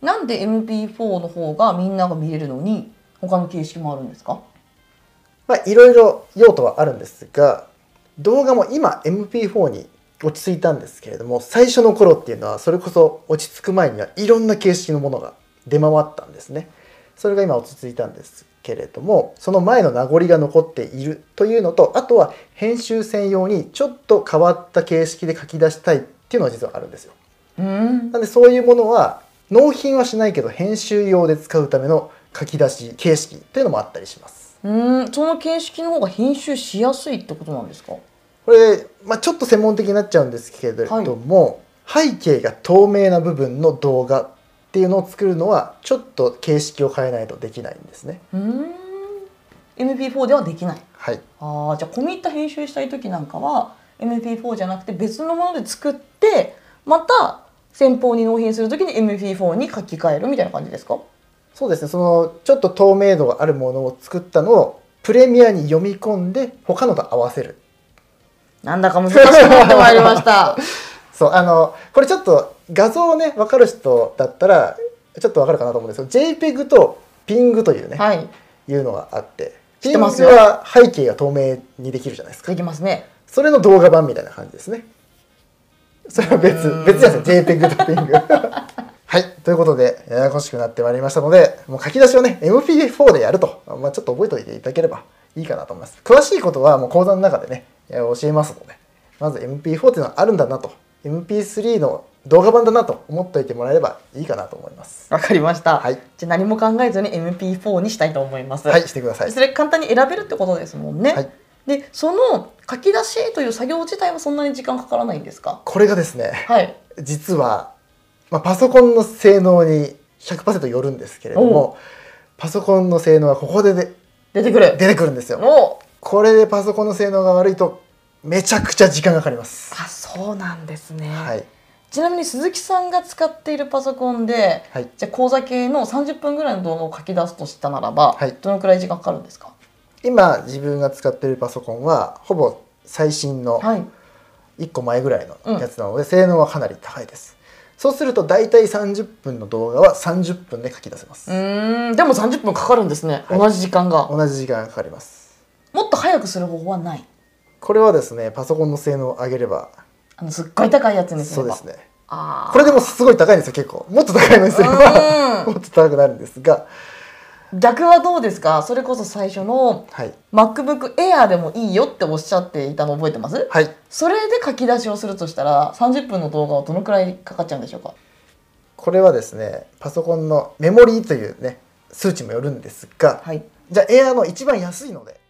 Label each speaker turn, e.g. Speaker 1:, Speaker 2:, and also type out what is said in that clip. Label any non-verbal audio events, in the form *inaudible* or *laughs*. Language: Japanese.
Speaker 1: なんで MP4 の方がみんなが見れるのに他の形式もあるんですか
Speaker 2: まあ、いろいろ用途はあるんですが動画も今 MP4 に落ち着いたんですけれども最初の頃っていうのはそれこそ落ち着く前にはいろんな形式のものが出回ったんですねそれが今落ち着いたんですけれどもその前の名残が残っているというのとあとは編集専用にちょっと変わった形式で書き出したいっていうのは実はあるんですよ
Speaker 1: うーん
Speaker 2: なんでそういうものは納品はしないけど編集用で使うための書き出し形式というのもあったりします
Speaker 1: うーんその形式の方が編集しやすいってことなんですか
Speaker 2: これ、まあ、ちょっと専門的になっちゃうんですけれども、背景が透明な部分の動画っていうのを作るのはちょっと形式を変えないとできないんですね。
Speaker 1: うーん MP4 ではできない
Speaker 2: はい、
Speaker 1: ああじゃあ込み入った編集したい時なんかは MP4 じゃなくて別のもので作ってまた先方に納品する時に MP4 に書き換えるみたいな感じですか
Speaker 2: そうですねそのちょっと透明度があるものを作ったのをプレミアに読み込んで他のと合わせる
Speaker 1: なんだか難しくなってまいりました
Speaker 2: そうあのこれちょっと画像をね分かる人だったらちょっと分かるかなと思うんですけど JPEG と PNG という
Speaker 1: *laughs*
Speaker 2: ね、
Speaker 1: はい
Speaker 2: い、うのがあって
Speaker 1: 知ってますよ
Speaker 2: PNG は背景が透明にできるじゃないですか
Speaker 1: できますね
Speaker 2: それの動画版みたいな感じですね。それは別、別じゃないですよ。JPEG と PNG。はい。ということで、ややこしくなってまいりましたので、もう書き出しをね、MP4 でやると、まあ、ちょっと覚えておいていただければいいかなと思います。詳しいことはもう講座の中でね、えー教えますので、まず MP4 っていうのはあるんだなと、MP3 の動画版だなと思っておいてもらえればいいかなと思います。
Speaker 1: わかりました、
Speaker 2: はい
Speaker 1: じゃあ何も考えずに MP4 にしたいと思います
Speaker 2: はい、してください。
Speaker 1: それ簡単に選べるってことですもんね、
Speaker 2: はい
Speaker 1: でその書き出しという作業自体はそんなに時間かからないんですか
Speaker 2: これがですね、
Speaker 1: はい
Speaker 2: 実は、まあ、パソコンの性能に100%よるんですけれど
Speaker 1: お
Speaker 2: もパソコンの性能はここでで
Speaker 1: 出てくる
Speaker 2: 出てくるんですよ
Speaker 1: お
Speaker 2: これでパソコンの性能が悪いとめちゃくちゃ時間がかかります
Speaker 1: あそうなんですね、
Speaker 2: はい
Speaker 1: ちなみに鈴木さんが使っているパソコンで
Speaker 2: はい
Speaker 1: じゃあ講座系の30分ぐらいの動画を書き出すとしたならば、
Speaker 2: はい
Speaker 1: どのくらい時間かかるんですか
Speaker 2: 今自分が使ってるパソコンはほぼ最新の
Speaker 1: はい
Speaker 2: 1個前ぐらいのやつなので、性能はかなり高いですそうすると大体30分の動画は30分で書き出せます、
Speaker 1: うーんでも30分かかるんですね、
Speaker 2: はい
Speaker 1: 同じ時間が
Speaker 2: 同じ時間がかかります
Speaker 1: もっと早くする方法はない
Speaker 2: これはですねパソコンの性能を上げれば
Speaker 1: あのすっごい高いやつにす
Speaker 2: そ
Speaker 1: れ
Speaker 2: う
Speaker 1: ば
Speaker 2: ですね
Speaker 1: あ
Speaker 2: これでもすごい高いんですよ結構もっと高いのにすれば
Speaker 1: う
Speaker 2: *laughs* もっと高くなるんですが
Speaker 1: ー逆はどうですかそれこそ最初の
Speaker 2: はい
Speaker 1: MacBook Air でもいいよっておっしゃっていたの覚えてます
Speaker 2: はい
Speaker 1: それで書き出しをするとしたら30分の動画はどのくらいかかっちゃうんでしょうか
Speaker 2: これはですねパソコンのメモリーというね数値もよるんですが、
Speaker 1: はい
Speaker 2: じゃあ Air の一番安いので